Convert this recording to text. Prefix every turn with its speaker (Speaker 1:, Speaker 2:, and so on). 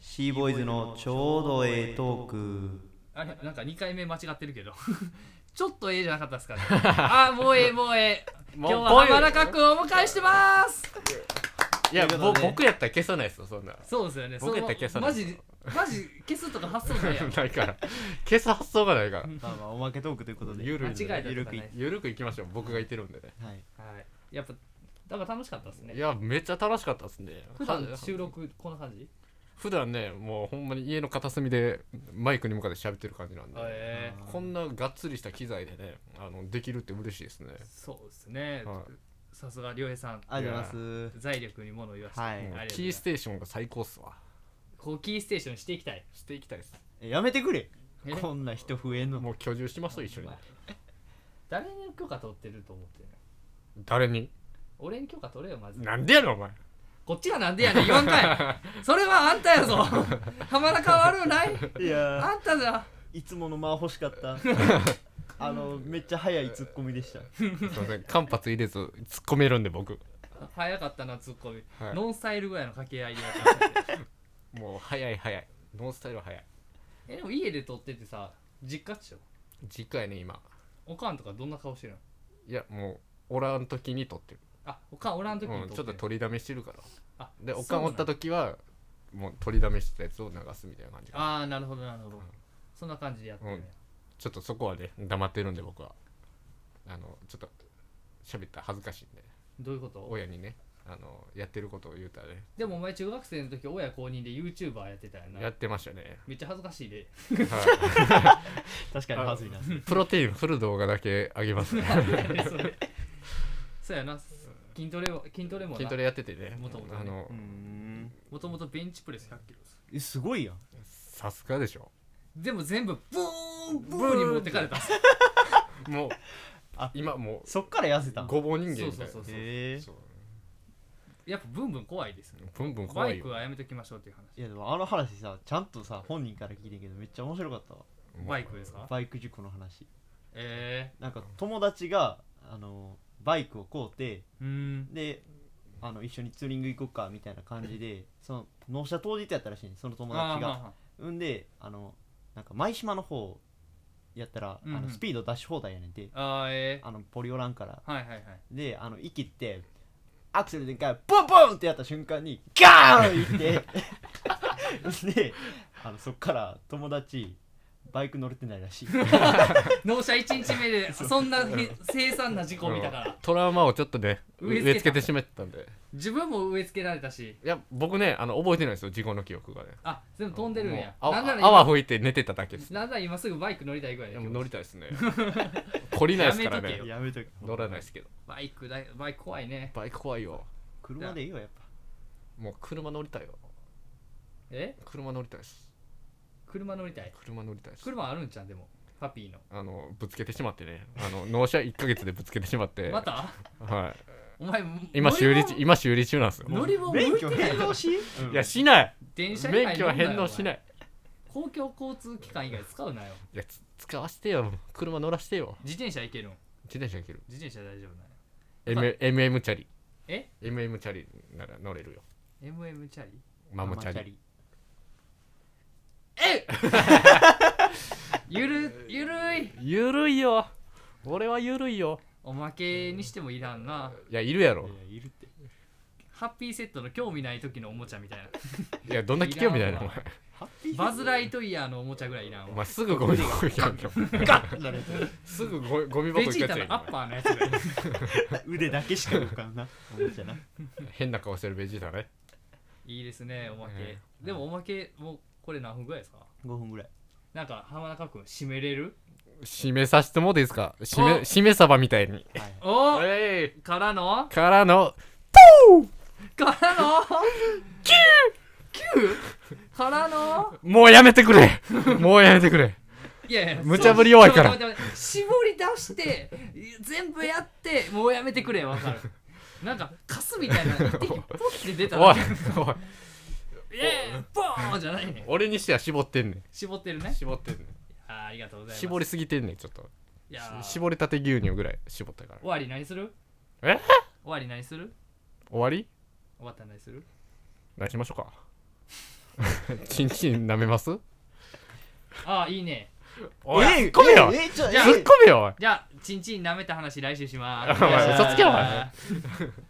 Speaker 1: シーボーイズのちょうどええトーク
Speaker 2: あれなんか2回目間違ってるけ どちょっとええじゃなかったですかねあもうええもうええ今日は
Speaker 3: こういう
Speaker 2: 浜中君をお迎えしてます
Speaker 3: いや
Speaker 1: という
Speaker 3: ぼ
Speaker 1: ことで
Speaker 3: 僕やったら消さないですよそんな
Speaker 2: そうですよね
Speaker 3: ボケた消さ
Speaker 2: その
Speaker 3: な
Speaker 2: マ
Speaker 3: い
Speaker 2: ジマジ消すとか発想ないやん
Speaker 3: ないから消す発想がないから
Speaker 1: まあまあおまけトークということで
Speaker 3: ゆるいんで
Speaker 2: 間違えた
Speaker 3: ね
Speaker 2: とか
Speaker 1: ゆ
Speaker 2: ね
Speaker 3: ゆるくいきましょう僕がいてるんでね
Speaker 1: はい
Speaker 2: はいやっぱだから楽しかったです
Speaker 3: い
Speaker 2: ね
Speaker 3: やめっちゃ楽しかったですね
Speaker 2: 普段収録こんな感じ
Speaker 3: 普段ねもうほんまに家の片隅でマイクに向かって喋ってる感じなんで、
Speaker 2: ええ
Speaker 3: こんながっつりした機材でねあのできるって嬉しいですね
Speaker 2: そうですね
Speaker 3: は
Speaker 2: さすが良平さん
Speaker 1: ありがとうございます
Speaker 2: 財力に物を言わせて
Speaker 1: はい
Speaker 2: ありが
Speaker 3: もう
Speaker 2: とうございます
Speaker 3: キーステーションが最高っすわ
Speaker 2: こうキーステーションしていきたい
Speaker 3: していきたいです
Speaker 1: えやめてくれ
Speaker 2: え
Speaker 1: こんな人増えんの
Speaker 3: もう居住しますよ一緒に
Speaker 2: お前誰に許可取ってると思ってんの
Speaker 3: 誰に
Speaker 2: 俺に許可取れよまず
Speaker 3: なんでやろお前
Speaker 2: こっちがなんでやねん言わんか いそれはあんたやぞ浜中悪うない
Speaker 1: いや
Speaker 2: あんたじゃ
Speaker 1: いつもの間欲しかった あのめっちゃ早いツッコミでした
Speaker 3: すいません間髪入れず突っ込めるんで僕
Speaker 2: 早かったなツッコミ、
Speaker 3: はい
Speaker 2: ノンスタイルぐらいの掛け合いでやったんだけど
Speaker 3: もう早い早いノンスタイルは早い
Speaker 2: えでも家で撮っててさ実家っちょ
Speaker 3: 実家やね今
Speaker 2: おかんとかどんな顔してるの
Speaker 3: いやもうおらん時に撮ってる
Speaker 2: あおかんおらん時に撮
Speaker 3: う
Speaker 2: っ
Speaker 3: ん、
Speaker 2: て
Speaker 3: ちょっと取りだめしてるから
Speaker 2: あ
Speaker 3: でおかんおった
Speaker 2: 時
Speaker 3: 時はもう取りだめしてたやつを流すみたいな感じ
Speaker 2: ああなるほどなるほど、そんな感じでやってる、ね
Speaker 3: ちょっとそこはね黙ってるんで僕はあのちょっと喋ったら恥ずかしいんで
Speaker 2: どういうこと
Speaker 3: 親にねあのやってることを言うたらね
Speaker 2: でもお前中学生の時親公認で YouTuber やってたよな
Speaker 3: やってましたね、
Speaker 2: めっちゃ恥ずかしい で
Speaker 3: は
Speaker 1: 確かに恥ずいな
Speaker 3: い、プロテインフル動画だけあげますね
Speaker 2: それそうやな筋トレは筋トレもな
Speaker 3: 筋トレやっててね
Speaker 2: もともとね
Speaker 3: あの
Speaker 1: うーん
Speaker 2: もともとベンチプレス100キロです
Speaker 1: えすごいやん
Speaker 3: さすがでしょ
Speaker 2: でも全部ブーンブーンに持ってかれたそう
Speaker 3: もう
Speaker 1: あ
Speaker 3: 今も
Speaker 1: そっから痩せ
Speaker 3: う
Speaker 1: たん
Speaker 3: ごぼう人間みた
Speaker 2: そ
Speaker 3: いうな
Speaker 2: そうそう
Speaker 1: へ
Speaker 3: そう
Speaker 2: やっぱブンブン怖いですよ
Speaker 3: ブンブン怖
Speaker 2: バ
Speaker 3: い
Speaker 2: イ
Speaker 3: よ
Speaker 2: クはやめときましょうっていう話
Speaker 1: えいやでもあの話さちゃんとさ本人から聞いてんけどめっちゃ面白かったわ
Speaker 2: バイクですか
Speaker 1: バイク事故の話
Speaker 2: え
Speaker 1: なんか友達があのバイクを買うて
Speaker 2: えー、うーん
Speaker 1: であの一緒にツーリング行こうかみたいな感じでその納車当日やったらしいねその友
Speaker 2: あ
Speaker 1: 達
Speaker 2: ーは
Speaker 1: がんであのなんか舞島の方やったら、
Speaker 2: うんうん
Speaker 1: あのスピード出し放題やねんて
Speaker 2: あはああーえ
Speaker 1: あのポリオランから
Speaker 2: ー、はい はいはい
Speaker 1: であの息ってアクセル全開ボンボンってやった瞬間にガーンって であのそっから友達バイク乗れてないらしい
Speaker 2: 納車1日目でそんなひ凄惨な事故を見たから
Speaker 3: トラウマをちょっとね
Speaker 2: 植
Speaker 3: 植
Speaker 2: え付け
Speaker 3: え
Speaker 2: た
Speaker 3: 付けてしまったんで
Speaker 2: 自分も植え付けられたし
Speaker 3: いや僕ねあの覚えてないですよ事故の記憶がね
Speaker 2: あ全部飛んでるんや
Speaker 3: もう
Speaker 2: なんなら
Speaker 3: あ泡
Speaker 2: 今
Speaker 3: 吹いて寝てただけです
Speaker 2: なんなら今すぐバイク乗りたいぐらい
Speaker 3: い
Speaker 2: だ
Speaker 3: や
Speaker 2: よ
Speaker 3: もう乗りたい ですね懲りないですから
Speaker 2: やめと
Speaker 3: ね
Speaker 2: けよ
Speaker 1: やめとけ
Speaker 3: 乗らないですけど
Speaker 2: バイクだバイク怖いね
Speaker 3: バイク怖いよ
Speaker 1: 車でいいよやっぱ
Speaker 3: もう車乗りたいよ
Speaker 2: え
Speaker 3: 車乗りたいです
Speaker 2: 車乗りたい
Speaker 3: 車乗りたいです
Speaker 2: 車あるんちゃんでもパピーの
Speaker 3: あのぶつけてしまってねあの納車1か月でぶつけてしまって
Speaker 2: また
Speaker 3: はい
Speaker 2: お前
Speaker 3: 今修理
Speaker 2: 乗
Speaker 3: 中
Speaker 2: り
Speaker 3: 今修理中なんですよ
Speaker 2: 物乗り物
Speaker 1: 免
Speaker 2: 向い
Speaker 1: 許
Speaker 2: てない
Speaker 1: 返納し、うん
Speaker 3: いやしない
Speaker 2: 電車以外
Speaker 3: 免許は返納しないい
Speaker 2: 公共交通機関以外使うなよ
Speaker 3: いやつ使わせてよ車乗らせてよ
Speaker 2: 自転車行けるん
Speaker 3: 自転車行ける
Speaker 2: 自転車大丈夫なの
Speaker 3: M- MM チャリ
Speaker 2: え
Speaker 3: MM チャリなら乗れるよ
Speaker 2: MM チャリ
Speaker 3: ママチャリ
Speaker 2: え ゆるゆるい
Speaker 3: ゆるいよ俺はゆるいよ
Speaker 2: おまけにしてもいらんない
Speaker 3: やいるやろ
Speaker 1: いやいるって
Speaker 2: ハッピーセットの興味ない時のおもちゃみたいない
Speaker 3: やどんな危険みたいなお前
Speaker 1: ハッピー
Speaker 2: バズライトイヤーのおもちゃぐらいいらん
Speaker 3: お
Speaker 2: わ
Speaker 3: 前すぐゴミ箱行かんよ
Speaker 1: ガッなるやつ
Speaker 3: すぐゴミゴミ箱
Speaker 2: ベ
Speaker 3: 行
Speaker 2: ジ
Speaker 3: く
Speaker 2: ー
Speaker 3: や
Speaker 2: タ
Speaker 3: つ
Speaker 2: の
Speaker 3: や
Speaker 2: アッパーのやつぐらい
Speaker 1: 腕だけしか動かんなおもちゃな
Speaker 3: 変な顔してるベジータね
Speaker 2: いいですねおまけ
Speaker 3: え
Speaker 2: でもおまけもうこれ何分ぐらいですか
Speaker 1: 5分ぐらい
Speaker 2: なんか浜中君締めれる
Speaker 3: 締めさせてもうていいですか締
Speaker 2: お
Speaker 3: め締めサバみたいに
Speaker 1: はい
Speaker 2: おー
Speaker 3: え
Speaker 2: からの
Speaker 3: いからの
Speaker 2: からのキューキューからの
Speaker 3: もうやめてくれもうやめてくれ
Speaker 2: いやいや
Speaker 3: 無茶ぶり弱いから
Speaker 2: そうちょっと待って待って絞り出して全部やってもうやめてくれわかるなんかカスみたいな一滴ポッて出た
Speaker 3: お
Speaker 2: ら
Speaker 3: いおい
Speaker 2: 「イエーイボーン!」じゃないね
Speaker 3: 俺にしては絞ってんねん
Speaker 2: 絞ってるね
Speaker 3: 絞ってんねん
Speaker 2: あーありがとうございます
Speaker 3: 絞りすぎてんねんちょっと
Speaker 2: いやー
Speaker 3: し絞りたて牛乳ぐらい絞ったから
Speaker 2: 終わり何する
Speaker 3: え
Speaker 2: 終わり何する
Speaker 3: 終わり
Speaker 2: 終わったら何する
Speaker 3: 何しましょうか チンチン舐めます
Speaker 2: ああいいね
Speaker 3: おい
Speaker 1: ええ
Speaker 3: 突っ込めよ
Speaker 1: ええええちょ
Speaker 2: じゃあ
Speaker 3: 突っ込めよおい
Speaker 2: じゃあチンチン舐めた話来週します
Speaker 3: お前嘘つけお前
Speaker 2: よいしょ